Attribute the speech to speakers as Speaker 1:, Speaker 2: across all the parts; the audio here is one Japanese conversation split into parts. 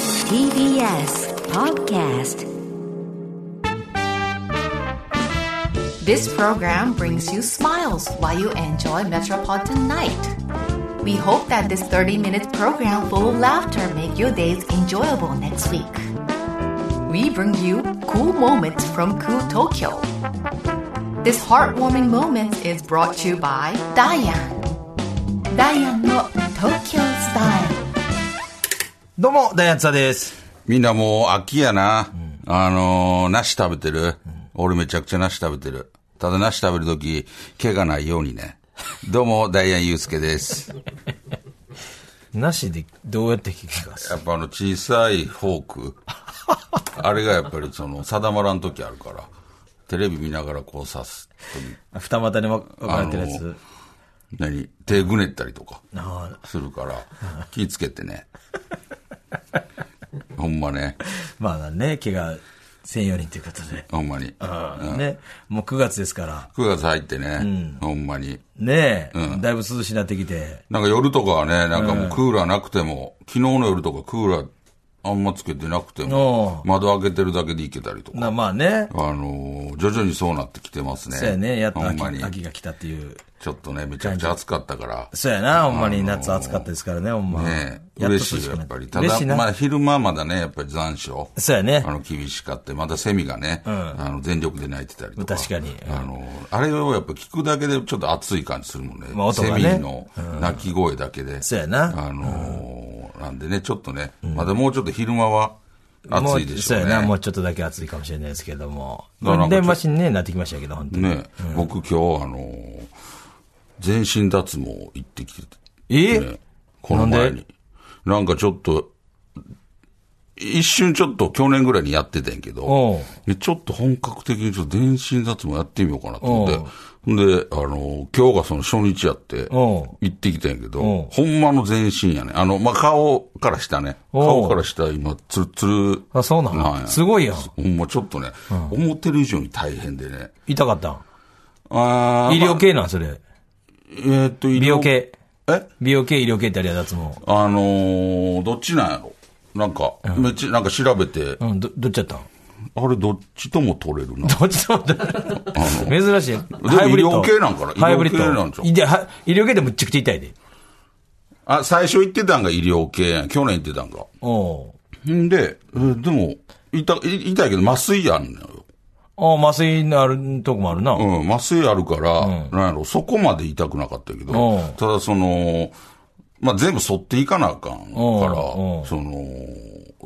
Speaker 1: TBS Podcast
Speaker 2: This program brings you smiles while you enjoy Metropolitan Night. We hope that this 30-minute program full of laughter make your days enjoyable next week. We bring you cool moments from cool Tokyo. This heartwarming moment is brought to you by Diane. Diane no Tokyo Style.
Speaker 3: どうも、ダイアンツァです。
Speaker 4: みんなもう秋やな。あのー、梨食べてる。俺めちゃくちゃ梨食べてる。ただ梨食べるとき、怪我ないように ね。どうも、ダイアンユースケです。
Speaker 3: なしでどうやって聞きます
Speaker 4: やっぱあの小さいフォーク。あれがやっぱりその、定まらんときあるから。テレビ見ながらこう刺す時。
Speaker 3: 二股に分かれてるや
Speaker 4: あの
Speaker 3: つ。
Speaker 4: 何手ぐねったりとか
Speaker 3: あ
Speaker 4: するから、気ぃつけて ね。ほんまね。
Speaker 3: まあね、怪我専用人ということで。
Speaker 4: ほんまに。
Speaker 3: ね、もう9月ですから。
Speaker 4: 9月入ってね。ほんまに。
Speaker 3: ねえ、だいぶ涼しになってきて。
Speaker 4: なんか夜とかはね、なんかもうクーラーなくても、昨日の夜とかクーラーあんまつけてなくても
Speaker 3: お、う
Speaker 4: 窓開けてるだけでいけたりとか、
Speaker 3: なまあね、
Speaker 4: あのー徐々にそうなってきてますね。
Speaker 3: そうやね、やっと
Speaker 4: ほん
Speaker 3: 秋
Speaker 4: まに。
Speaker 3: 秋が来たっていう。
Speaker 4: ちょっとね、めちゃくちゃ暑かったから、
Speaker 3: そうやな、ほんまに夏暑かったですからね、ほんま。
Speaker 4: ねえ
Speaker 3: やっと涼
Speaker 4: 嬉
Speaker 3: し
Speaker 4: しい
Speaker 3: く
Speaker 4: よ、や
Speaker 3: な
Speaker 4: っぱり。た
Speaker 3: 嬉しい
Speaker 4: だ、ま
Speaker 3: な
Speaker 4: あ。昼間はまだね、やっぱり残暑。
Speaker 3: そうやね
Speaker 4: あ。の、厳しかって、またセミがね、あの、全力で鳴いてたりとか。
Speaker 3: 確かにうん
Speaker 4: あの、あれをやっぱ聞くだけでちょっと熱い感じするもんね。
Speaker 3: まあ音がね
Speaker 4: セミの鳴き声だけで。
Speaker 3: そうやな。
Speaker 4: あのーなんでね、ちょっとね、まだもうちょっと昼間は
Speaker 3: も
Speaker 4: 暑いでしょうね。
Speaker 3: そうやな、もうちょっとだけ暑いかもしれないですけども。
Speaker 4: だからなんかちょ
Speaker 3: 年末にね、なってきましたけど、本当に。
Speaker 4: ね、僕今日、あのー全身脱毛行ってきて
Speaker 3: え
Speaker 4: て、ね、この前
Speaker 3: なん
Speaker 4: に。なんかちょっと、一瞬ちょっと去年ぐらいにやってたんやけ
Speaker 3: お
Speaker 4: ど
Speaker 3: う、
Speaker 4: でちょっと本格的にちょっと全身脱毛やってみようかなと思って
Speaker 3: おう、
Speaker 4: ほんで、あのー今日がその初日やって、
Speaker 3: おう
Speaker 4: 行ってきたんやけど
Speaker 3: おう、
Speaker 4: ほんまの全身やね。あの、まあ、顔から下ね。
Speaker 3: おう
Speaker 4: 顔から下今、ツルツル。
Speaker 3: あ、そうな
Speaker 4: なん
Speaker 3: の
Speaker 4: や
Speaker 3: すごいやん。
Speaker 4: ほんまちょっとね、思ってる以上に大変でね。
Speaker 3: 痛かったん
Speaker 4: あー
Speaker 3: 医療系なん、それ。
Speaker 4: まあえーっと、医
Speaker 3: 美容。系。
Speaker 4: え
Speaker 3: 美容系、医療系ってあれや、脱毛。
Speaker 4: あのー、どっちなんやろなんか、めっちゃ、なんか調べて、
Speaker 3: うん、ど、どっちやったん
Speaker 4: あれどっちとも取れるな。
Speaker 3: どっちともだ珍しい。ハイブリッド。
Speaker 4: 医療系なんかな
Speaker 3: ハイブリッド。
Speaker 4: 医療系なんちゃう
Speaker 3: いでは医療系でむっちゃくちゃ痛いで。
Speaker 4: あ、最初行ってたんが医療系やん。去年行ってたんが。
Speaker 3: おうん
Speaker 4: で、えーでも、痛い、痛いけど麻酔やんのよ。
Speaker 3: おう麻酔のあるとこもあるな。
Speaker 4: うん、麻酔あるから、なんやろ、そこまで痛くなかったけ
Speaker 3: う
Speaker 4: ど
Speaker 3: ん、
Speaker 4: ただその、まあ、全部剃っていかなあかんから、
Speaker 3: うん
Speaker 4: その、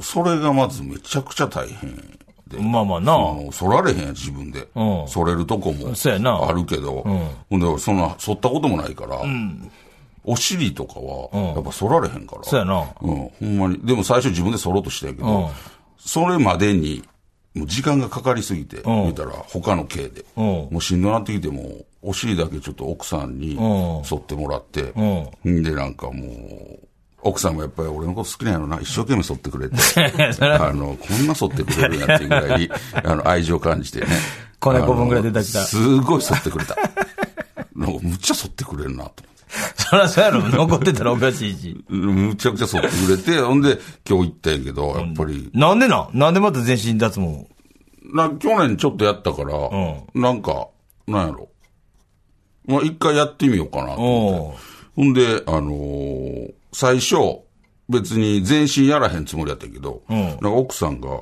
Speaker 4: それがまずめちゃくちゃ大変で。
Speaker 3: まあまあ
Speaker 4: あ
Speaker 3: な。
Speaker 4: の剃られへんやん自分で
Speaker 3: うん。
Speaker 4: 剃れるとこも
Speaker 3: そうやな
Speaker 4: あるけど。ほんで、俺そんな、剃ったこともないから、お尻とかは、やっぱ剃られへんから。
Speaker 3: そうやな。
Speaker 4: うん、ほんまに。でも最初自分で剃ろうとしたんやけど、
Speaker 3: うん
Speaker 4: それまでに、もう時間がかかりすぎて、
Speaker 3: ん
Speaker 4: 見たら他の系で、
Speaker 3: うん
Speaker 4: もうしんどなってきて、もうお尻だけちょっと奥さんに
Speaker 3: うん
Speaker 4: 剃ってもらって、
Speaker 3: うん。
Speaker 4: んでなんかもう、奥さんもやっぱり俺のこと好きなんやろな、一生懸命剃ってくれて、 あの、こんな剃ってくれるんやっていうぐらい、あの、愛情感じてね。
Speaker 3: 子猫分ぐらい出てきた
Speaker 4: あのすごい剃ってくれた。なんかむっちゃ剃ってくれるなと思って。
Speaker 3: そら そうやろ。残ってたらおかしいし。
Speaker 4: むちゃくちゃ剃ってくれて、ほんで、今日行ったんやけど、やっぱり、
Speaker 3: なんでなんなんでまた全身脱毛
Speaker 4: な、去年ちょっとやったから、
Speaker 3: う
Speaker 4: なんか、なんやろ。まあ、一回やってみようかなと思
Speaker 3: おう
Speaker 4: って。ほんで、あのー最初、別に全身やらへんつもりやったけど、
Speaker 3: ん
Speaker 4: なんか奥さんが、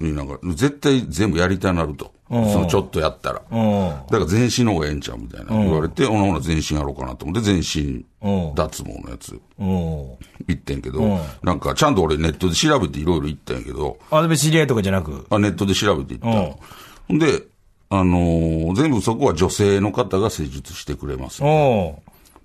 Speaker 4: になんか、絶対全部やりたなると。
Speaker 3: ん
Speaker 4: そのちょっとやったら。
Speaker 3: う
Speaker 4: だ
Speaker 3: ん。
Speaker 4: から全身の方がええんちゃうみたいな言われて、ほなほな全身やろうかなと思って、全身
Speaker 3: うん
Speaker 4: 脱毛のやつ。
Speaker 3: うん。
Speaker 4: 行ってんけど、
Speaker 3: うん
Speaker 4: なんかちゃんと俺ネットで調べていろいろ行ったんやけど、
Speaker 3: あ、でも知り合いとかじゃなく。
Speaker 4: あネットで調べていった
Speaker 3: うん
Speaker 4: の。ほんで、あのー全部そこは女性の方が施術してくれます。
Speaker 3: おう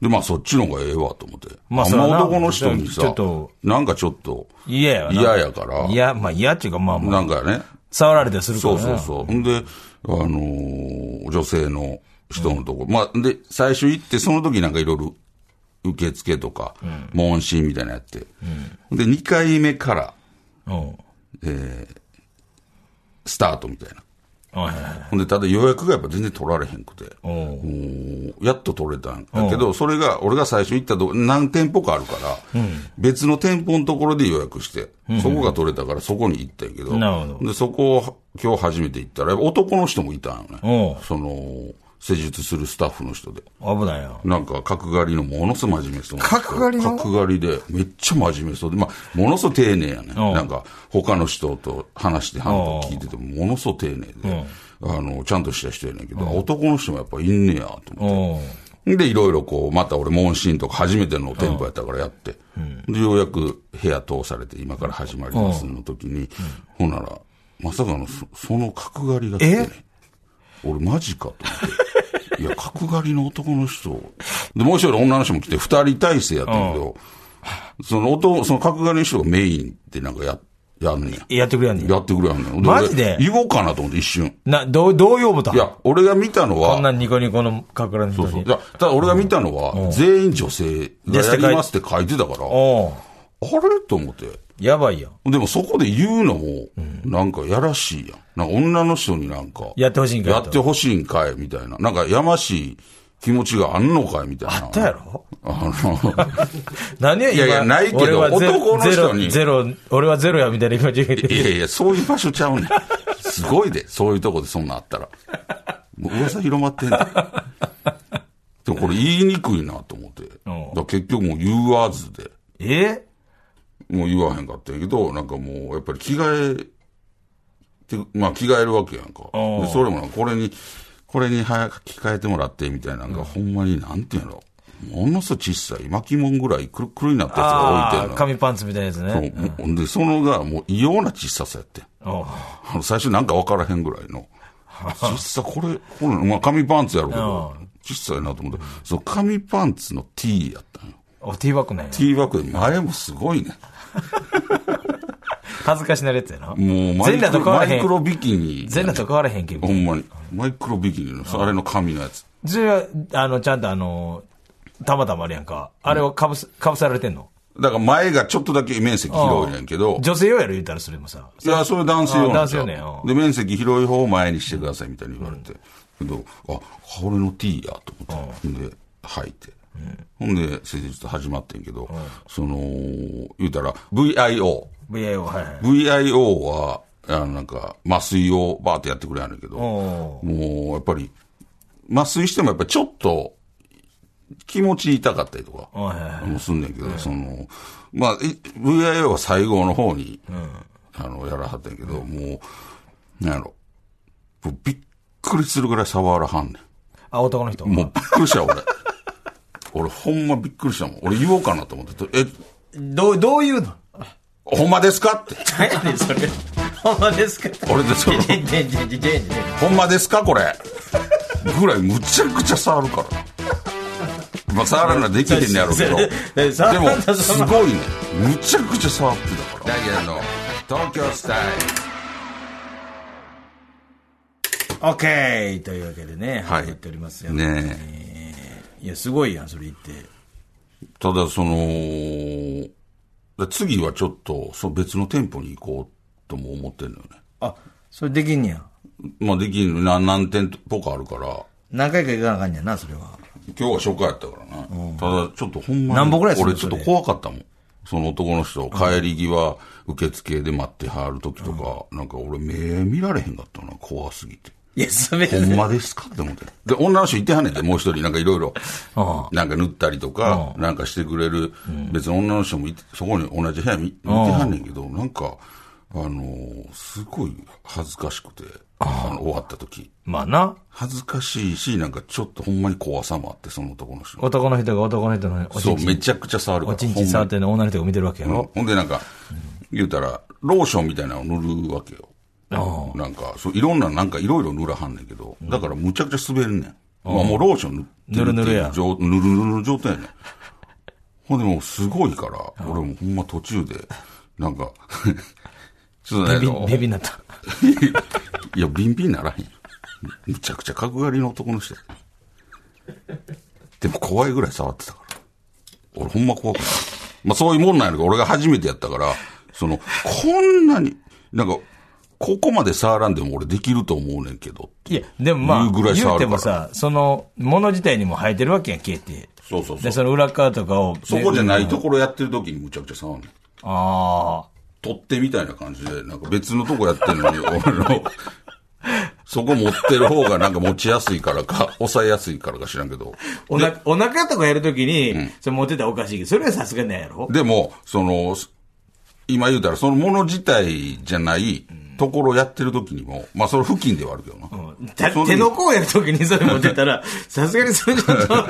Speaker 4: で、まあそっちの方がええわと思って。
Speaker 3: まあ
Speaker 4: ん
Speaker 3: そらな
Speaker 4: 男の人にさ、
Speaker 3: ちょっと
Speaker 4: なんかちょっと
Speaker 3: 嫌やな。
Speaker 4: 嫌やから、
Speaker 3: 嫌、まあ嫌っていうかまあまあ。
Speaker 4: なんかね、
Speaker 3: 触られたりするから
Speaker 4: そ
Speaker 3: な
Speaker 4: うそうそう。ほんで、あのー女性の人のとこ、まあ、で、最初行って、その時なんかいろいろ、受付とか、問診みたいなのやって。で、2回目から、
Speaker 3: うん。
Speaker 4: スタートみたいな。
Speaker 3: はいはいはい
Speaker 4: ほんで、ただ予約がやっぱ全然取られへんくて。
Speaker 3: おう
Speaker 4: もうやっと取れたんだけど、それが、俺が最初行ったとこ、何店舗かあるから、別の店舗のところで予約して、そこが取れたから、そこに行ったんやけど、
Speaker 3: なるほど
Speaker 4: で、そこを今日初めて行ったら、やっぱ男の人もいたんよ
Speaker 3: おう
Speaker 4: ね。その、施術するスタッフの人で。
Speaker 3: 危ないな。
Speaker 4: なんか、角刈りのものすごい真面目そうな人
Speaker 5: 角刈りの
Speaker 4: 角刈りで、めっちゃ真面目そうで、まあ、ものすごい丁寧やね。
Speaker 3: うん
Speaker 4: なんか、他の人と話して半分聞いてても、ものすごい丁寧で、あの、ちゃんとした人やねんけど、男の人もやっぱいんねや、と思って。
Speaker 3: おう
Speaker 4: で、いろいろこう、また俺、問診とか初めての店舗やったからやって、で、ようやく部屋通されて、今から始まりますの時に、ほんなら、まさかのそ、その角刈りが来てね、俺マジかと思って。いや、角刈りの男の人。で、もう一人女の人も来て、二人体制やったんやけど、その男、その角刈りの人がメインってなんかや、やんねや。
Speaker 3: やってくれやんねん。
Speaker 4: やってくれやんねん。
Speaker 3: マジで
Speaker 4: 俺言おうかなと思って一瞬。
Speaker 3: な、どう、どういうボタン
Speaker 4: いや、俺が見たのは、
Speaker 3: こんなニコニコのかくらの人
Speaker 4: そう
Speaker 3: に
Speaker 4: い。やただ俺が見たのは、全員女性がやりますって書いてたから、あ
Speaker 3: おう
Speaker 4: れと思って。
Speaker 3: やばいやん。
Speaker 4: でもそこで言うのも、なんかやらしいやん。なんか女の人になんか、
Speaker 3: やってほしいんかい
Speaker 4: や
Speaker 3: と
Speaker 4: ってほしいんかい、みたいな。なんかやましい気持ちがあんのかい、みたいな。あ
Speaker 3: あったやろ
Speaker 4: あ の、
Speaker 3: 何や、
Speaker 4: いやいや
Speaker 3: 今
Speaker 4: ないけど
Speaker 3: 俺はゼロ
Speaker 4: 男の人に
Speaker 3: ゼロ、ゼロ俺はゼロやみたいな気持ちで
Speaker 4: いやいや、そういう場所ちゃうねん。すごいで、そういうとこでそんなんあったら。もう噂広まっ てんねん。でもこれ言いにくいなと思って。だから結局もう言わずで。
Speaker 3: え
Speaker 4: もう言わへんかったんやけど、なんかもう、やっぱり着替えて、まあ着替えるわけやんか。
Speaker 3: ー
Speaker 4: で、それもなんかこれに、これに早く着替えてもらって、みたいな、なんかほんまに、なんていうの、ものすごい小さい巻物ぐらいくるくるになったやつが置いて
Speaker 3: あ
Speaker 4: る
Speaker 3: あ、
Speaker 4: の。
Speaker 3: 紙パンツみたいなやつね。
Speaker 4: そうほんで、そのがもう異様な小ささやってん。
Speaker 3: おう
Speaker 4: あの最初なんかわからへんぐらい の。実際これ、これ、まあ紙パンツやろうけど、小さいなと思って、その紙パンツの T やったんよ。
Speaker 3: お、ティーバッグなんや。
Speaker 4: T バックで前もすごいね。
Speaker 3: 恥ずかしなるやつやな。
Speaker 4: もうマイ
Speaker 3: 全
Speaker 4: ク
Speaker 3: 裸と
Speaker 4: ロ
Speaker 3: 変わ
Speaker 4: マ
Speaker 3: らへ
Speaker 4: イクロ
Speaker 3: ん。
Speaker 4: ビキニ。
Speaker 3: 全裸と変わらへんけど
Speaker 4: ほ。んまに。マイクロビキニの、あれの紙のやつ。
Speaker 3: それは、あの、ちゃんとあの、たまたまあれやんか。あれはかぶす、かぶされてんの
Speaker 4: だから前がちょっとだけ面積広いねんけど。
Speaker 3: 女性用やろ言うたらそれもさ。
Speaker 4: いや、それ男性用なんですよ
Speaker 3: あ男性用ねうん
Speaker 4: で、面積広い方を前にしてくださいみたいに言われて。けど、あ、俺の T やと思って。で、吐いて。ほんで、施術始まってんけど、その、言うたら、VIO。
Speaker 3: VAO、はいはい。
Speaker 4: VIO は、あの、なんか、麻酔をバーってやってくれやねんけど、も
Speaker 3: お
Speaker 4: う、やっぱり、麻酔してもやっぱりちょっと、気持ち痛かったりとか、
Speaker 3: はいはいは
Speaker 4: もうすんねんけど、その、まあ、い VIO は最後の方に、あの、やらはったんやけど、もう、なんやろ、もうびっくりするぐらい触らはんね
Speaker 3: あ、男の人。
Speaker 4: ん。もうびっくりした、俺。俺、 ほんまびっくりしたもん。俺言おうかなと思って、え、
Speaker 3: どう、どういうの
Speaker 4: ほんまですかって。
Speaker 3: 何やねんそれ。ほんまですか
Speaker 4: 俺でその、
Speaker 3: でんでんでんでんでんでん
Speaker 4: ほんまですかこれ。ぐらいむちゃくちゃ触るから。まあ触らなできへんねやろうけど。
Speaker 3: え触
Speaker 4: で
Speaker 3: らんな
Speaker 4: も、すごいね。むちゃくちゃ触ってたから。ダイアンの東京スタイ
Speaker 5: オッケーというわけでね、
Speaker 4: はい
Speaker 5: 入っておりますよ
Speaker 4: ル。。ねえ。
Speaker 5: いや、すごいやん、それ言って。
Speaker 4: ただ、その、次はちょっと、その別の店舗に行こうとも思ってるのよね。
Speaker 5: あ、それできんねや。
Speaker 4: まあできる、な何店舗かあるから、
Speaker 5: 何回か行かなあかんねやな、それは。
Speaker 4: 今日は初回やったからな。ただ、ちょっとほんまに。
Speaker 5: 何本ぐらいするの
Speaker 4: 俺ちょっと怖かったもん。その男の人、帰り際、受付で待ってはる時とか、なんか俺目見られへんかったな、怖すぎて。
Speaker 5: いや、それ
Speaker 4: ほんまですかって思 って。で、女の人いてはんねんて、もう一人、なんかいろいろ、なんか塗ったりとか、なんかしてくれる、別に女の人もいて、そこに同じ部屋にいてはんねんけど、なんか、あのー、すごい恥ずかしくて、あの、終わった時。
Speaker 3: まあな。
Speaker 4: 恥ずかしいし、なんかちょっとほんまに怖さもあって、その男の人。
Speaker 3: 男の人が男の人のおち
Speaker 4: そ
Speaker 3: ん
Speaker 4: う、
Speaker 3: ち
Speaker 4: め
Speaker 3: ん、
Speaker 4: ちゃくちゃ触るか
Speaker 3: お
Speaker 4: ら。
Speaker 3: ちんちん触っててるの女の人が見てるわけやろ。
Speaker 4: ほんでなんか、言うたら、ローションみたいなのを塗るわけよ。なんか、そう、いろんな、なんかいろいろ塗らはんねんけど、だからむちゃくちゃ滑るねん。まあもうローション塗ってるって
Speaker 3: ぬ
Speaker 4: いう
Speaker 3: るぬるや
Speaker 4: 状ぬるぬるの状態やねん。ほんでもうすごいから、俺もほんま途中で、なんか、ちょっと
Speaker 3: ビ
Speaker 4: ね
Speaker 3: ビ、ビビになった。
Speaker 4: いや、ビンビンならへん。むちゃくちゃ角刈りの男の人やでも怖いぐらい触ってたから。俺ほんま怖くない。まあそういうもんなんやけど、俺が初めてやったから、その、こんなに、なんか、ここまで触らんでも俺できると思うねんけどって
Speaker 3: いや、でもま
Speaker 4: 言うぐら
Speaker 3: あ、
Speaker 4: い
Speaker 3: 言
Speaker 4: 触
Speaker 3: うて
Speaker 4: るか
Speaker 3: も
Speaker 4: ら
Speaker 3: さ、その、もの自体にも生えてるわけやん、毛って。
Speaker 4: そうそうそ
Speaker 3: で、
Speaker 4: う。
Speaker 3: その裏側とかを。
Speaker 4: そこじゃない
Speaker 3: と。
Speaker 4: ところやってる時にむちゃくちゃ触んねん。
Speaker 3: あ
Speaker 4: 取っ手みたいな感じで、なんか別のとこやってんの に、俺の、そこ持ってる方がなんか持ちやすいからか、押さえやすいからか知らんけど。
Speaker 3: あ。おな、お腹とかやるときに、それ持ってたらおかしいけど、それはさすがにないやろ
Speaker 4: でも、その、今言うたら、そのもの自体じゃないところやってる時にも、まあその付近ではあるけどな。
Speaker 5: た
Speaker 4: その時
Speaker 5: 手の甲やるときにそれ持ってた ら、さすがにそれちょっ と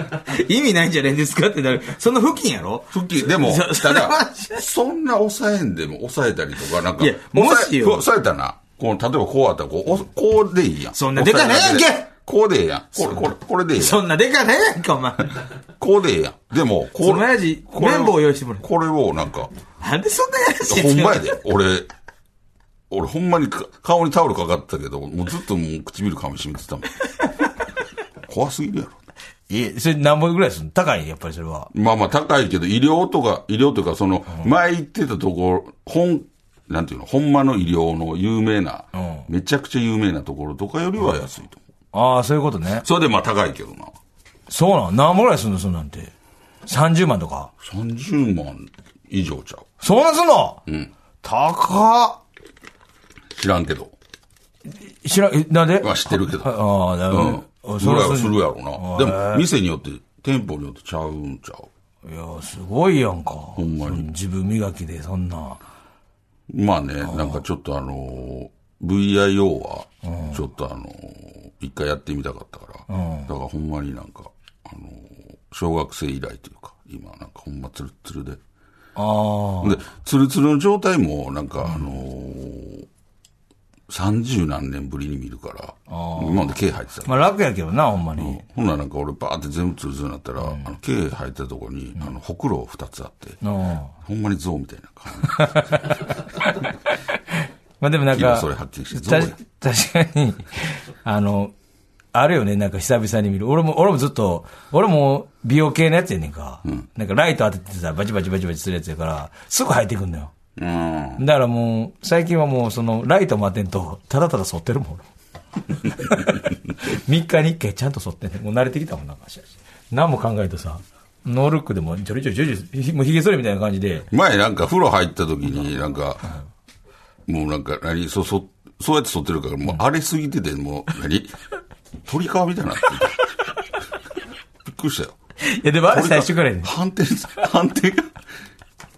Speaker 5: 意味ないんじゃないですかってなる。その付近やろ
Speaker 4: 付近、でも、
Speaker 5: そそ
Speaker 4: た
Speaker 5: れ
Speaker 4: だ
Speaker 5: は、
Speaker 4: そんな抑えんでも抑えたりとか、なんか、
Speaker 5: いや
Speaker 4: 抑え
Speaker 5: もしよ
Speaker 4: こう抑えたな。こう、例えばこうあったら、こう、おこうでいいやん。
Speaker 5: そんなでかいのやんけ
Speaker 4: 抑えただでこうでええやん。これ、これ、これでええやん。
Speaker 5: そんなでかないやんか、お前。
Speaker 4: こうでええやん。でも、こ
Speaker 5: そのやじ
Speaker 4: これ
Speaker 5: 綿棒用意してもらえ
Speaker 4: これをなんか、
Speaker 5: なんでそんなやらしい
Speaker 4: ほんまやで、俺、俺ほんまにか顔にタオルかかってたけど、もうずっともう唇噛み締めてた もん。怖すぎるやろ。
Speaker 3: え、それ何本ぐらいするの高いやっぱりそれは。
Speaker 4: まあまあ高いけど、医療とか、医療というか、その、前行ってたところ、本、なんていうの、ほんまの医療の有名な、
Speaker 3: う
Speaker 4: めちゃくちゃ有名なところとかよりは安いと思う。
Speaker 3: ああ、そういうことね。
Speaker 4: それでまあ高いけどな。
Speaker 3: そうなの何本ぐらいするのそんなんて。30万とか。
Speaker 4: 30万以上ちゃう。
Speaker 3: そんなんすんの
Speaker 4: うん。
Speaker 3: 高
Speaker 4: 知らんけど。
Speaker 3: っ知らん、えなんで
Speaker 4: まあ知ってるけど。
Speaker 3: ああ、なるほ
Speaker 4: う
Speaker 3: ど。
Speaker 4: ん。
Speaker 3: あ
Speaker 4: ぐ
Speaker 3: それ
Speaker 4: らい
Speaker 3: は
Speaker 4: はす
Speaker 3: それ
Speaker 4: るやろな。でも、店によって、店舗によってちゃうんちゃう。
Speaker 3: いや、すごいやんか。ほ
Speaker 4: んまに
Speaker 3: 自分磨きでそんな。
Speaker 4: まあね、なんかちょっとあのー、VIO は、ちょっとあのー、一回やってみたかったから、だからほんまになんか、あのー、小学生以来というか、今なんかほんまツルッツルで。
Speaker 3: あ
Speaker 4: で、ツルツルの状態も、なんかあのー、30何年ぶりに見るから、今まで毛入ってた
Speaker 3: あ。まあ楽やけどな、ほんまに。
Speaker 4: ほんならなんか俺バーって全部ツルツルになったら、あの、毛生えたとこに、あの、ほくろ二つあって、
Speaker 3: うん
Speaker 4: ほんまに象みたいな感 じ。
Speaker 3: まあでもなん
Speaker 4: 今
Speaker 3: か、
Speaker 4: それ発見して
Speaker 3: た
Speaker 4: ゾウや
Speaker 3: 確かに、あの、あるよね、なんか久々に見る。俺も、俺もずっと、俺も美容系のやつやねんか。なんかライト当ててさ、バチバチバチバチするやつやから、すぐ生えてくんのよ。
Speaker 4: うん。
Speaker 3: だからもう、最近はもう、その、ライトも当てんと、ただただ剃ってる もん、俺。3日に1回ちゃんと剃ってんねんもう慣れてきたもん、なんか。何も考えとさ、ノールックでも、ちょりちょりちょりちょりひもうヒゲ剃りみたいな感じで、
Speaker 4: 前なんか風呂入った時になんか、もうなんか何、そ、そ、そうやって剃ってるから、もう荒れすぎてて、もう何鳥皮みたいになってるびっくりしたよ。
Speaker 3: いや、でもあれ最初く らいね。
Speaker 4: 反転、反転が、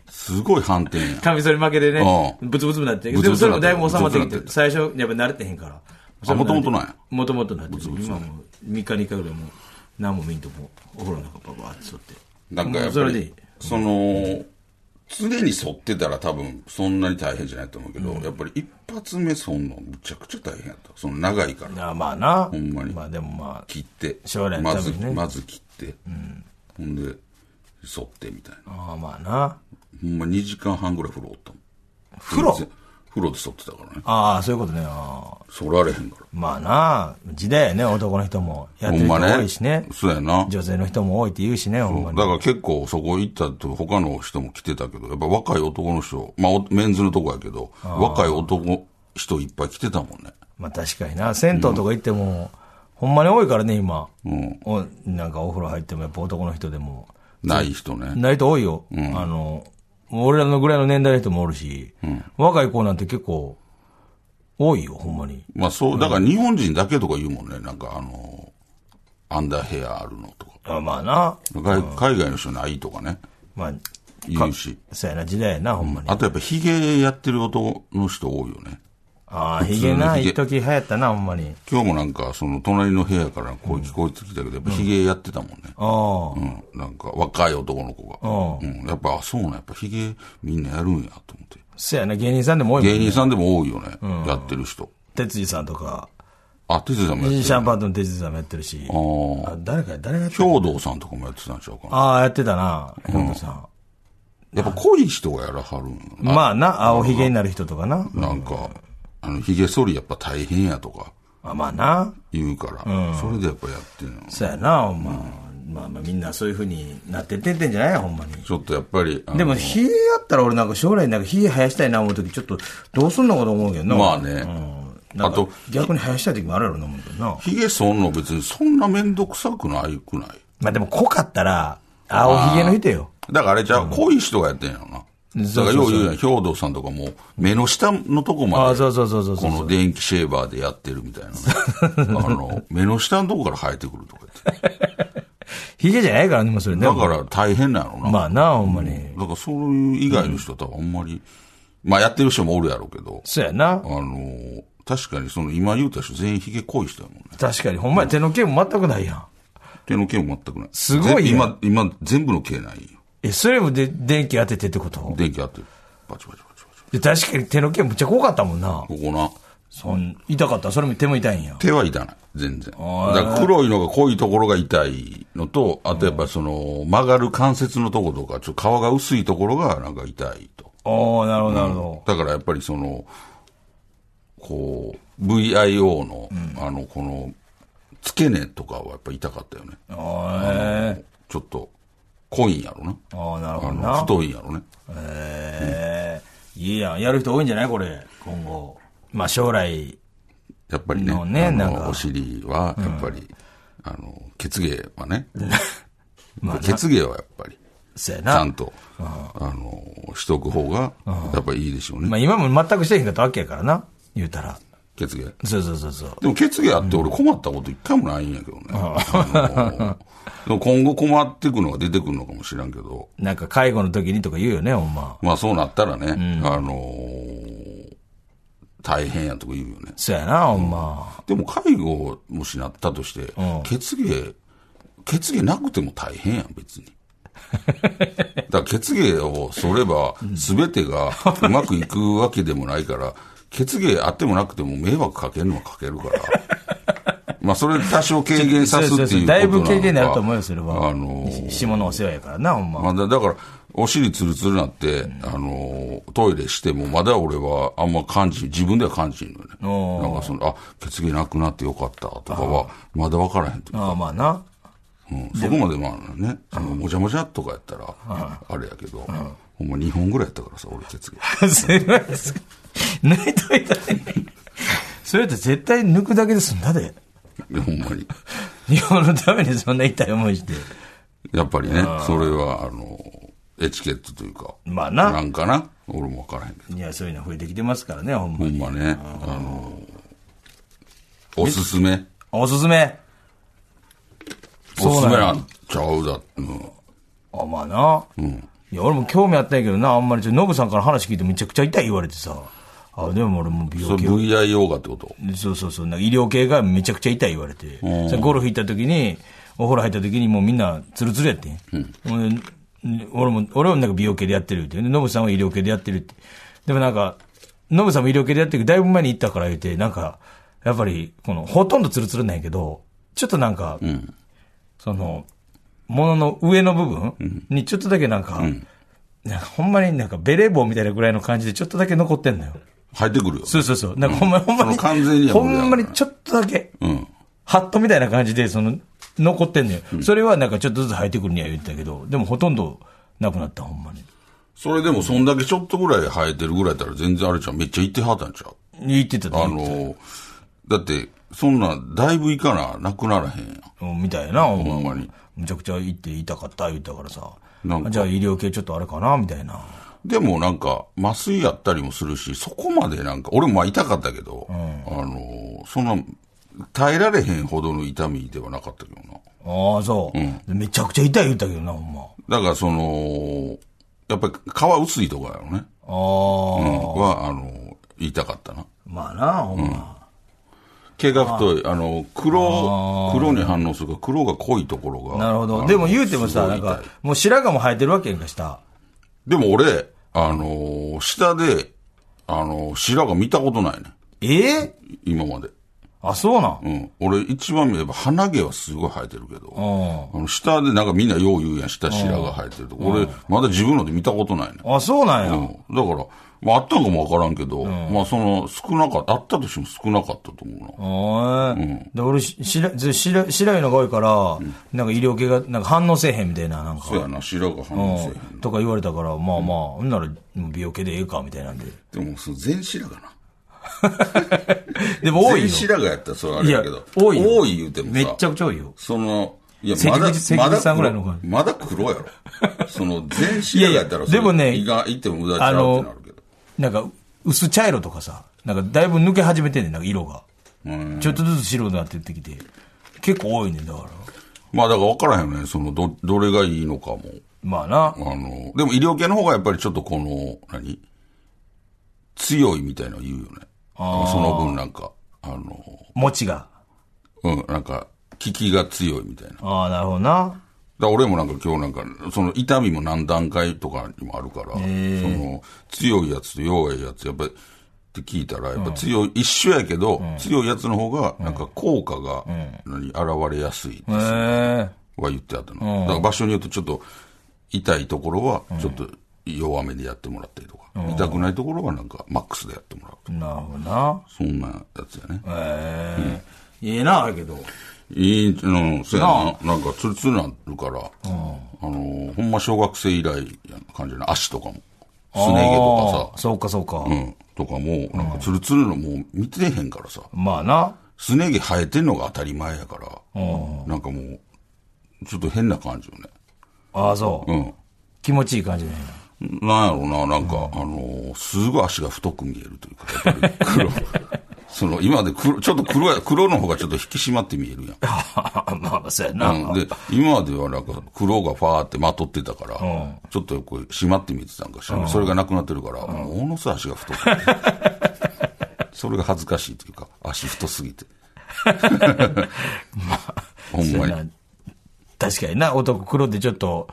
Speaker 4: すごい反転や。
Speaker 3: カミソリ負けでね、
Speaker 4: う
Speaker 3: ブツブツになって、で
Speaker 4: ブツ
Speaker 3: も
Speaker 4: ブ
Speaker 3: そ
Speaker 4: ツ
Speaker 3: れ
Speaker 4: にな
Speaker 3: も
Speaker 4: って
Speaker 3: だいぶ収まってき
Speaker 4: ブツブツになって
Speaker 3: て、
Speaker 4: る
Speaker 3: 最初、やっぱ慣れてへんから。
Speaker 4: あ元々なんや
Speaker 3: もともとなってる。今もう3日に1回ぐらいもう、何も見んともう、お風呂の中ババーって沿って。
Speaker 4: なんかやっ
Speaker 3: そ
Speaker 4: ぱ
Speaker 3: れでいい
Speaker 4: り、その、常に剃ってたら多分そんなに大変じゃないと思うけど、やっぱり一発目剃んのむちゃくちゃ大変やった。その長いから。
Speaker 3: なあまあな。
Speaker 4: ほんまに
Speaker 3: まあでもまあ、
Speaker 4: 切って、
Speaker 3: 将来の
Speaker 4: ま
Speaker 3: ため
Speaker 4: ず、
Speaker 3: にね
Speaker 4: まず切って、ほんで、剃ってみたいな。
Speaker 3: ああまあな。
Speaker 4: ほんま2時間半ぐらい風呂おったもん。
Speaker 3: 風呂
Speaker 4: 全然風呂で剃ってたからね。
Speaker 3: ああ、そういうことね。ああ
Speaker 4: 剃られへんから。
Speaker 3: まあな、時代やね、男の人も。やってる
Speaker 4: ほん
Speaker 3: 人
Speaker 4: ま
Speaker 3: 多
Speaker 4: ね。
Speaker 3: いしね。
Speaker 4: そうやな。
Speaker 3: 女性の人も多いって言うしね、ほんま
Speaker 4: だ
Speaker 3: に。
Speaker 4: から結構そこ行ったと他の人も来てたけど、やっぱ若い男の人、まあおメンズのとこやけど、若い男、人いっぱい来てたもんね。
Speaker 3: まあ確かにな、銭湯とか行っても、ほんまに多いからね、今。
Speaker 4: うん。
Speaker 3: おなんかお風呂入っても、やっぱ男の人でも。
Speaker 4: ない人ね。
Speaker 3: ないと多いよ。あの、俺らのぐらいの年代の人もおるし、若い子なんて結構、多いよ、ほんまに。
Speaker 4: まあそう、だから日本人だけとか言うもんね。なんかあの、アンダーヘアあるのとか。
Speaker 3: あまあな、
Speaker 4: 外海外の人ないとかね。
Speaker 3: まあ、
Speaker 4: 言うし。
Speaker 3: そうやな、時代やな、ほんまに。
Speaker 4: あとやっぱヒゲやってる男の人多いよね。
Speaker 3: ああ、ヒゲな、
Speaker 4: 普通のヒゲ
Speaker 3: 一時流行ったな、ほんまに。
Speaker 4: 今日もなんか、その隣の部屋から声聞こえてきたけど、やっぱヒゲやってたもんね。
Speaker 3: あ
Speaker 4: うん。なんか若い男の子が。うん。やっぱ、あそうなん、やっぱヒゲみんなやるんやと思って。
Speaker 3: あ、そうやな、芸人さんでも多いもん
Speaker 4: 芸
Speaker 3: ね。
Speaker 4: 人さんでも多いよね。やってる人。
Speaker 3: 哲司さんとか、
Speaker 4: あ、哲司さんもやってる。
Speaker 3: シャンパンとの哲司さんもやってるし、
Speaker 4: ああ。
Speaker 3: あ誰か、誰がやって
Speaker 4: 兵道さんとかもやってたんちゃうかな。
Speaker 3: ああ、やってたな、ヒロトさん。
Speaker 4: やっぱ濃い人がやらはるんよな
Speaker 3: まあな、青ひげになる人とかな。
Speaker 4: なんか、あの、ヒゲ剃りやっぱ大変やとか
Speaker 3: あまあな、
Speaker 4: 言うから、それでやっぱやってるの。
Speaker 3: そうやな、ほんま。まあまあみんなそういうふうになってってってんじゃないのほんまに。
Speaker 4: ちょっとやっぱり、あの
Speaker 3: でも、火やったら俺なんか将来なんか火生やしたいな思うとき、ちょっとどうすんのかと思うけどな。
Speaker 4: まあね
Speaker 3: うん、なん
Speaker 4: あ
Speaker 3: か
Speaker 4: と
Speaker 3: 逆に生やしたいときもあるやろうな思うけどな。
Speaker 4: ヒゲそんの別にそんな面倒くさくないくない
Speaker 3: まあでも濃かったら、青ひげの人よ。
Speaker 4: だからあれじゃう濃い人がやってんやろな。だからよう言うやん、兵藤さんとかもう目の下のとこまで。
Speaker 3: あそうそうそうそうそう
Speaker 4: この電気シェーバーでやってる みたいなね。あの、目の下のとこから生えてくるとか 言って。
Speaker 3: ひげじゃないからね、もうそれね。
Speaker 4: だから大変なんやろな。
Speaker 3: まあな、ほんまに。
Speaker 4: だからそういう以外の人は多分あんまり、まあやってる人もおるやろうけど、
Speaker 3: そうやな
Speaker 4: あ。の、確かにその今言うた人全員ヒゲ濃い人やもんね。
Speaker 3: 確かに、ほんまや手の毛も全くないやん。
Speaker 4: 手の毛も全くない。
Speaker 3: すごいね
Speaker 4: ぜ今、今全部の毛ないよ。
Speaker 3: え、それもで電気当ててってこと
Speaker 4: 電気あってる。バチバチバチバチ。
Speaker 3: で確かに手の毛むっちゃ濃かったもんな。
Speaker 4: ここな。
Speaker 3: そん痛かった。それも手も痛いんや。
Speaker 4: 手は痛ない。全然。だから黒いのが濃いところが痛いのと、あとやっぱその曲がる関節のとことか、ちょっと皮が薄いところがなんか痛いと。
Speaker 3: おー、なるほど、なるほど。
Speaker 4: だからやっぱりその、こう、VIO の、あの、この、付け根とかはやっぱ痛かったよね。
Speaker 3: あー
Speaker 4: ちょっと、濃いんやろな。
Speaker 3: あー、なるほ
Speaker 4: あ
Speaker 3: ど
Speaker 4: の、
Speaker 3: な。
Speaker 4: 太いんやろね。
Speaker 3: ええいいやん。やる人多いんじゃないこれ、今後。まあ将来、
Speaker 4: やっぱりね、
Speaker 3: のね
Speaker 4: あの
Speaker 3: なんか
Speaker 4: お尻は、やっぱり、あの、血芸 はね、血芸はやっぱり、
Speaker 3: そうや
Speaker 4: ちゃ
Speaker 3: な。
Speaker 4: んと、あの、しとく方が、やっぱりいいでしょうね。
Speaker 3: まあ今も全くしてへんかったわけやからな。言うたら。
Speaker 4: 血芸。
Speaker 3: そうそうそうそう。
Speaker 4: でも血芸あって俺困ったこと一回もないんやけどね。あの でも今後困ってくのが出てくるのかもしらんけど、
Speaker 3: なんか介護の時にとか言うよね、ほんま。
Speaker 4: まあそうなったらね、あのー大変やとか言うよね。
Speaker 3: そうやな、ほんま。
Speaker 4: でも介護もしなったとして、血芸、血芸なくても大変やん、別に。だから血芸をそれば、すべてがうまくいくわけでもないから、血芸あってもなくても迷惑かけるのはかける から。まあ、それ多少軽減さすっていうことなのか
Speaker 3: だいぶ経験になると思うよ、それは。
Speaker 4: あのー
Speaker 3: 下のお世話やからな、ほんま。
Speaker 4: まあだだから、お尻ツルツルなって、あの、トイレしても、まだ俺はあんま感じ、自分では感じんのよね。なんかその、あ、血毛なくなってよかったとかは、まだ分からへんというか、
Speaker 3: ああ、まあな。
Speaker 4: うんそこまでまあね、そのもじゃもじゃとかやったら、あれやけど、ほんま2本ぐらいやったからさ、俺 血 毛。
Speaker 3: すいません。抜いといたね。それって絶対抜くだけで済んだで。
Speaker 4: いやほんまに。
Speaker 3: 日本のためにそんな痛い思いして。
Speaker 4: やっぱりね、それは、あの、エチケットというか、
Speaker 3: まあな
Speaker 4: なんかな、俺も分からへんけど。
Speaker 3: いや、そういうの増えてきてますからね、ほんま
Speaker 4: ほ
Speaker 3: に。
Speaker 4: んまね、あの、おすすめ。
Speaker 3: おすすめ。
Speaker 4: おすすめ
Speaker 3: や
Speaker 4: なんちゃうだ、うん。
Speaker 3: あ、まあな。いや、俺も興味あったんやけどな、あんまりちょっと、ノブさんから話聞いてめちゃくちゃ痛い言われてさ。あ、でも俺も美
Speaker 4: そ
Speaker 3: 容
Speaker 4: れ
Speaker 3: 系。
Speaker 4: VIO がってこと
Speaker 3: そうそうそう。なんか医療系がめちゃくちゃ痛い言われて。それゴルフ行った時に、お風呂入った時にもうみんなツルツルやってん。ほんで俺も、俺もなんか美容系でやってるって。でノブさんは医療系でやってるって。でもなんか、ノブさんも医療系でやってるけどだいぶ前に行ったから言うて、なんか、やっぱり、この、ほとんどツルツルなんやけど、ちょっとなんか、その、ものの上の部分にちょっとだけなんか、なんかほんまになんかベレー帽みたいなぐらいの感じでちょっとだけ残ってんのよ。
Speaker 4: 入ってくるよ。
Speaker 3: そうそうそう。なんかほんまに、ほんまに、
Speaker 4: その完全には
Speaker 3: ほ
Speaker 4: 無理だから
Speaker 3: んまにちょっとだけ、
Speaker 4: うん。
Speaker 3: ハットみたいな感じで、その、残ってんのよ。それはなんかちょっとずつ生えてくるには言ってたけど、でもほとんどなくなった、ほんまに。
Speaker 4: それでもそんだけちょっとぐらい生えてるぐらいだったら全然あれちゃう。めっちゃ行ってはったんちゃう
Speaker 3: 言ってたと
Speaker 4: あ
Speaker 3: 思う
Speaker 4: の、だって、そんな、だいぶいかな、なくならへんやん。
Speaker 3: うんみたいな、ほ
Speaker 4: ほん
Speaker 3: ん
Speaker 4: ま
Speaker 3: ま
Speaker 4: に
Speaker 3: に。むちゃくちゃ行って痛かった、言ったからさ
Speaker 4: なんか。
Speaker 3: じゃあ医療系ちょっとあれかな、みたいな。
Speaker 4: でもなんか、麻酔やったりもするし、そこまでなんか、俺もまあ痛かったけど、あの、そんな、耐えられへんほどの痛みではなかったけどな。
Speaker 3: ああ、そう、めちゃくちゃ痛い言ったけどな、ほんま。
Speaker 4: だからその、やっぱり皮薄いとこやろね。う
Speaker 3: あ
Speaker 4: ん。は、あの、痛かったな。
Speaker 3: あ、まあな、ほんま。
Speaker 4: 毛が太い、あの、黒、黒に反応するから、黒が濃いところが。
Speaker 3: なるほ
Speaker 4: あ
Speaker 3: ど。
Speaker 4: の
Speaker 3: でも言うてもさ、
Speaker 4: すご
Speaker 3: ないん
Speaker 4: 痛い
Speaker 3: か、もう白髪も生えてるわけやんか、下。
Speaker 4: でも俺、あのー下で、あのー白髪見たことないね。
Speaker 3: ええ
Speaker 4: 今まで。
Speaker 3: あ、そうなん。
Speaker 4: うん。俺一番目やっぱ鼻毛はすごい生えてるけ
Speaker 3: う
Speaker 4: ど、あの下でなんかみんなよう言うやん、下白が生えてるとか。俺、まだ自分ので見たことないね。
Speaker 3: ん。あ、そうなんや。
Speaker 4: うん。だから、まああったんかもわからんけど、まあその少なかった、あったとしても少なかったと思うな。
Speaker 3: おいで、俺、し白ず白白いのが多いから、なんか医療系が、なんか反応せえへんみたいな、なんか。
Speaker 4: そうやな、白が反応せえへん
Speaker 3: うんとか言われたから、まあまあ、ほんなら、美容系でええか、みたい なんで。
Speaker 4: でも、その全白髪な。
Speaker 3: でも多いよ。
Speaker 4: 全白髪やったらそれあれやけ
Speaker 3: いや
Speaker 4: ど。
Speaker 3: 多いよ
Speaker 4: 多い言うてもさ。
Speaker 3: めっちゃくちゃ多いよ。
Speaker 4: その、いや、
Speaker 3: 関
Speaker 4: まだ、
Speaker 3: 口
Speaker 4: ま
Speaker 3: 関
Speaker 4: だ
Speaker 3: 口さんぐらいの
Speaker 4: 黒
Speaker 3: 方が、
Speaker 4: まだ黒やろ。その、全白髪やったらそ
Speaker 3: いやいやで
Speaker 4: れ、
Speaker 3: もね
Speaker 4: 胃が行っても無駄ちゃうってなるけど。
Speaker 3: なんか、薄茶色とかさ、なんかだいぶ抜け始めてんねん、なんか色が。
Speaker 4: うん
Speaker 3: ちょっとずつ白になってってきて。結構多いねん、だから。
Speaker 4: まあ、だから分からへんよね。その、ど、どれがいいのかも。
Speaker 3: まあな。
Speaker 4: あの、でも医療系の方がやっぱりちょっとこの、何強いみたいなの言うよね。その分なんか、あの、
Speaker 3: 持ちが。
Speaker 4: うん、なんか、効きが強いみたいな。だか
Speaker 3: ああ、なるほどな。
Speaker 4: ら俺もなんか今日なんか、その痛みも何段階とかにもあるから、その、強いやつと弱いやつ、やっぱり、って聞いたら、やっぱ強い、一緒やけど、強いやつの方が、なんか効果が、何、現れやすいって
Speaker 3: へえ。
Speaker 4: は言ってあったの。だから場所によってちょっと、痛いところは、ちょっと弱めでやってもらったりとか、痛くないところはなんか、マックスでやってもらうとか。
Speaker 3: なるほどな。
Speaker 4: そんなやつやね。
Speaker 3: へえ。ええな、あれけど。
Speaker 4: いい、うん、そうやな。なんか、ツルツルなるから、あの、ほんま小学生以来やな感じやな。足とかも。すね毛と
Speaker 3: あ
Speaker 4: か
Speaker 3: あ
Speaker 4: さ、
Speaker 3: そうか、そうか
Speaker 4: う。ん、とかも、なんか、ツルツルのもう見てへんからさ、
Speaker 3: まあな。
Speaker 4: すね毛生えてんのが当たり前やから、なんかもう、ちょっと変な感じよね。
Speaker 3: ああ、そう。
Speaker 4: うん。
Speaker 3: 気持ちいい感じだよね。
Speaker 4: なんやろうな、なんか、あのーすごい足が太く見えるというか、やっぱり黒。 その、今まで黒、ちょっと黒や、黒の方がちょっと引き締まって見えるや
Speaker 3: まあまあ、そうやな。
Speaker 4: ん。うん、で、今まではなんか黒がファーってまとってたから、ちょっとこう締まって見えてたんかしら、それがなくなってるから、ものすごい足が太く見える。それが恥ずかしいというか、足太すぎて。ほん
Speaker 3: そう
Speaker 4: ま
Speaker 3: やな
Speaker 4: に。
Speaker 3: 確かにな、男黒でちょっと、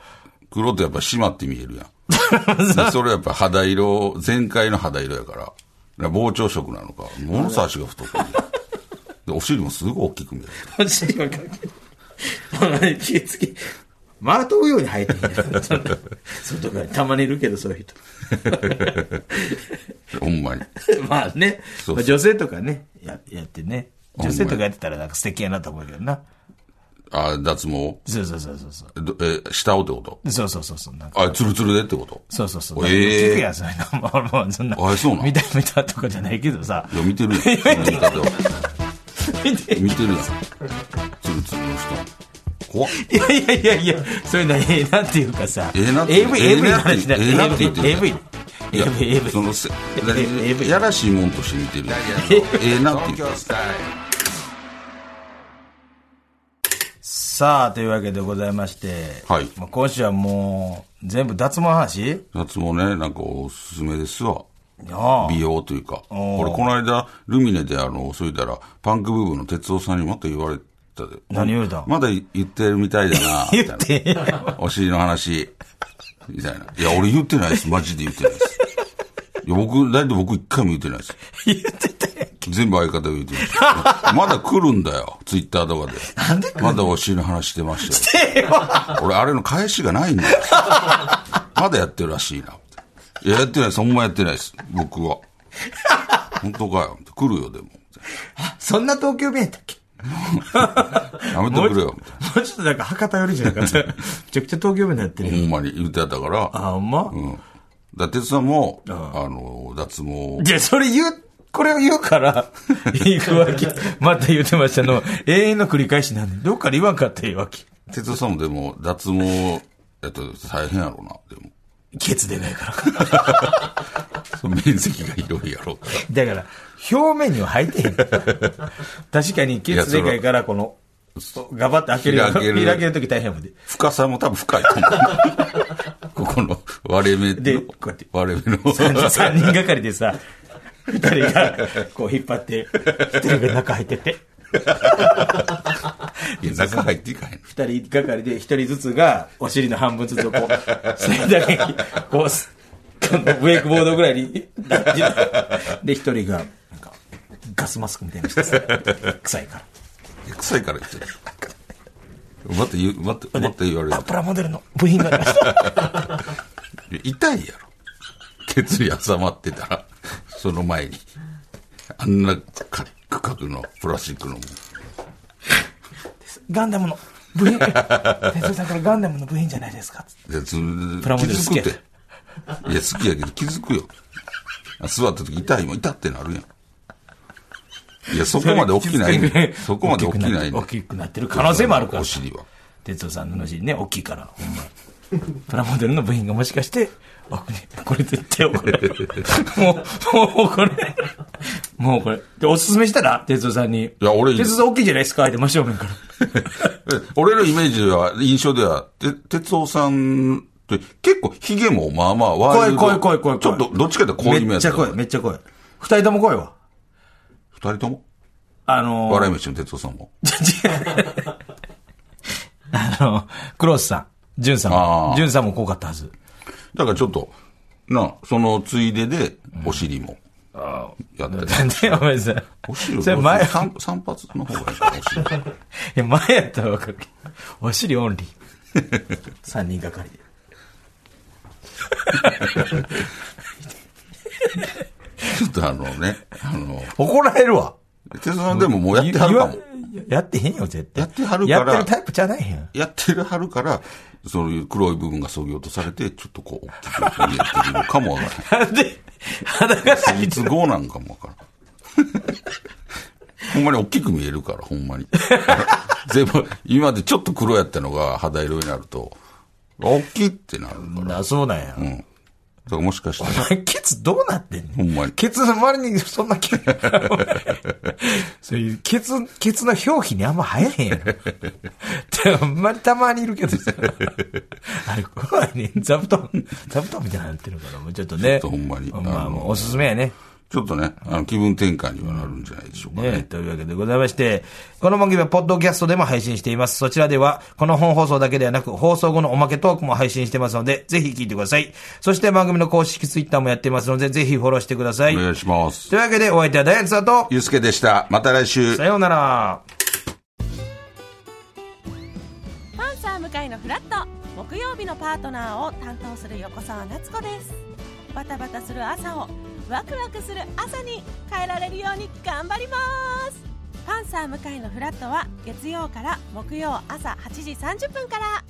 Speaker 4: 黒ってやっぱ締まって見えるやん。でそれはやっぱ肌色、全開の肌色やから、だから膨張色なのか、ものすごい足が太く見える。で、お尻もすごい大きく見える。
Speaker 5: マジで今かけ。気付け。まとうように生えてんや ん。そんな外側にたまにいるけど、そういう人。
Speaker 4: ほんまに。
Speaker 5: まあね。
Speaker 4: そうそう
Speaker 5: まあ女性とかね。
Speaker 3: ややってね。女性とかやってたらなんか素敵やなと思うけどな。
Speaker 4: あ、脱毛
Speaker 3: そうそうそうそうそう。
Speaker 4: どえ、下をってこと
Speaker 3: そうそうそうそう。なんか
Speaker 4: あ、ツルツルでってこと
Speaker 3: そうそうそう。
Speaker 4: ええ
Speaker 3: 聞くやん、そういうの。まあまあそんな。
Speaker 4: あそうなん
Speaker 3: 見た見たとかじゃないけどさ。
Speaker 4: いや、 見てるやん。その見方は見てるやん。ツルツルの人。怖っ。
Speaker 3: いやいやいやいや、そういうのええなっていうかさ。
Speaker 4: ええなって
Speaker 3: AV、
Speaker 4: ええ
Speaker 3: AV の
Speaker 4: なって
Speaker 3: 話だ。
Speaker 4: ええなって言って
Speaker 3: AV、
Speaker 4: る
Speaker 3: AV。
Speaker 4: いや
Speaker 3: AV、AV。
Speaker 4: そのせ
Speaker 3: AV
Speaker 4: やらしいもんとして見てるやん。ええなって言うから
Speaker 3: さあ、というわけでございまして。
Speaker 4: はい
Speaker 3: まあ今週はもう、全部脱毛の話
Speaker 4: 脱毛ね、なんかおすすめですわ。
Speaker 3: ああ
Speaker 4: 美容というか。俺、この間、ルミネで、あの、そういったら、パンクブーブーの哲夫さんにまた言われたで。
Speaker 3: 何言われたん
Speaker 4: まだ言ってるみたいだな。 み
Speaker 3: 言った
Speaker 4: い
Speaker 3: て
Speaker 4: な。お尻の話。みたいな。いや、俺言ってないです。マジで言ってないです。いや、僕、だいたい僕一回も言ってないです。
Speaker 3: 言ってたやん
Speaker 4: 全部相方が言ってました。まだ来るんだよ。ツイッターとかで。まだお尻の話してましたよ。俺、あれの返しがないんだよ。まだやってるらしいな。いや、やってないです。ほんまやってないです。僕は。本当かよ。来るよ、でも。
Speaker 5: そんな東京弁やったっけ
Speaker 4: やめてくれよ。みた
Speaker 5: もう
Speaker 4: い
Speaker 5: ちょっとなんか博多寄りじゃなかった。めちゃくちゃ東京弁になってる。
Speaker 4: なほんまに言ってたから。
Speaker 5: あ、ほんま、
Speaker 4: うん。だから哲さんも、あの、脱毛。
Speaker 3: じゃあ、それ言う、これを言うから、行くわけ。また言ってましたの。永遠の繰り返しなんで、どっから言わんかったらええわけ。
Speaker 4: 哲さんもでも、脱毛やったら大変やろうな、でも。
Speaker 3: ケツでないから。
Speaker 4: その面積が広いやろうから。
Speaker 3: だから、表面には入ってへん。確かに、ケツでかいから、この、ガバって開けるよ。
Speaker 4: 開
Speaker 3: 開
Speaker 4: ける
Speaker 3: けるとき大変やもんで。
Speaker 4: 深さも多分深いと思う。 ここの割れ目の。
Speaker 3: でこうやって
Speaker 4: 割れ目 の。
Speaker 3: 3人がかりでさ、2人がこう引っ張って、1人が中入ってって、
Speaker 4: いや、中入っていかへん。
Speaker 3: 2人がかりで1人ずつがお尻の半分ずつをこう、それだけこうす、ウェイクボードぐらいに、で、1人が、なんか、
Speaker 5: ガスマスクみたいにしてさ、臭いから。
Speaker 4: 臭いから言ってる。また言う、また、また言われる
Speaker 3: あ、。プラモデルの部品がありました。
Speaker 4: 痛いやろ。血に挟まってたら、その前に。あんなか区画のプラスチックのもん
Speaker 3: ガンダムの部品。哲夫さんこれガンダムの部品じゃないですか。
Speaker 4: でず
Speaker 3: プラモ
Speaker 4: 気
Speaker 3: デル好
Speaker 4: づ
Speaker 3: き
Speaker 4: く
Speaker 3: や
Speaker 4: って。いや、好きやけど気づくよ。あ座った時痛いもん、痛ってなるやん。いや、そこまで大きないねん。そこまで大きないねん
Speaker 3: 大きくなってる可能性もあるから
Speaker 4: お。尻は。
Speaker 3: 哲夫さんのお尻ね、大きいから。ほんまプラモデルの部品がもしかして、奥にこれ絶対怒られる。もう、もうこれ。もうこれ。で、おすすめしたら、哲夫さんに。い
Speaker 4: や俺いい
Speaker 3: 哲夫さん大きいじゃないですかって真正面から。
Speaker 4: え俺のイメージでは、印象では、て、哲夫さんって結構ヒゲもまあまあワイルド、
Speaker 3: 濃い濃い濃い濃い濃い
Speaker 4: ちょっと、どっちかというと濃いめ
Speaker 5: め
Speaker 4: や
Speaker 5: っ
Speaker 4: っ
Speaker 5: ち
Speaker 4: た
Speaker 5: ゃ
Speaker 4: から
Speaker 5: 怖い、めっちゃ怖い。二人とも怖いわ。
Speaker 4: 二人とも
Speaker 3: あのー
Speaker 4: 笑い飯の哲夫さんも。
Speaker 3: あの、クロスさん、ジュンさん
Speaker 4: あ
Speaker 3: も
Speaker 4: ー、
Speaker 3: ジュンさんも濃かったはず。
Speaker 4: だからちょっと、な、そのついでで、お尻も、やったり。
Speaker 3: なんでお前さ、
Speaker 4: お尻
Speaker 3: それ前
Speaker 4: は散散髪の方がいいかお尻。
Speaker 3: いや、前やったらわかるけど。お尻オンリー。
Speaker 5: 三人がかりで。
Speaker 4: ちょっとあのね、あの、
Speaker 3: 怒られるわ。
Speaker 4: 哲夫さんでももうやってはるかも
Speaker 3: い。いややってへんよ、絶対。
Speaker 4: やってはるか
Speaker 3: やっ
Speaker 4: ら
Speaker 3: てるタイプじゃないへん。
Speaker 4: やってるはるから、そういう黒い部分が削ぎ落とされて、ちょっとこう、大きく見えてるのかもわから
Speaker 3: な
Speaker 4: ない。
Speaker 3: んで、裸が
Speaker 4: いつ号なんかもわからん。 ほんまに大きく見えるから、ほんまに。 全部、今までちょっと黒やったのが肌色になると、大きいってなるから。
Speaker 3: な、そうなんや
Speaker 4: う。ん。だからもしかしたら、
Speaker 3: ケツどうなってんの
Speaker 4: ほんまに
Speaker 3: ケツの周りにそんな毛、そういうケツ、ケツの表皮にあんま生えへんやろ。ってほんまにたまにいるけどさ。あれ怖いね。座布団、座布団みたいになってるから、もうちょっとね。
Speaker 4: ちょっとほんまに
Speaker 3: ま
Speaker 4: あ
Speaker 3: あ、
Speaker 4: の
Speaker 3: おすすめやね。
Speaker 4: ちょっとね、あの気分転換にはなるんじゃないでしょうかね。
Speaker 3: ね、というわけでございまして、この番組はポッドキャストでも配信しています。そちらでは、この本放送だけではなく、放送後のおまけトークも配信してますので、ぜひ聞いてください。そして番組の公式ツイッターもやってますので、ぜひフォローしてください。
Speaker 4: お
Speaker 3: とい
Speaker 4: 願いします。
Speaker 3: うわけで、お相手はダイアンツだと、
Speaker 4: ゆうすけでした。また来週。
Speaker 3: さようなら。
Speaker 6: パンサー向かいのフラット木曜日のパートナーを担当する横澤夏子ですバタバタする朝をワクワクする朝に変えられるように頑張りますパンサー向かいのフラットは月曜から木曜朝8時30分から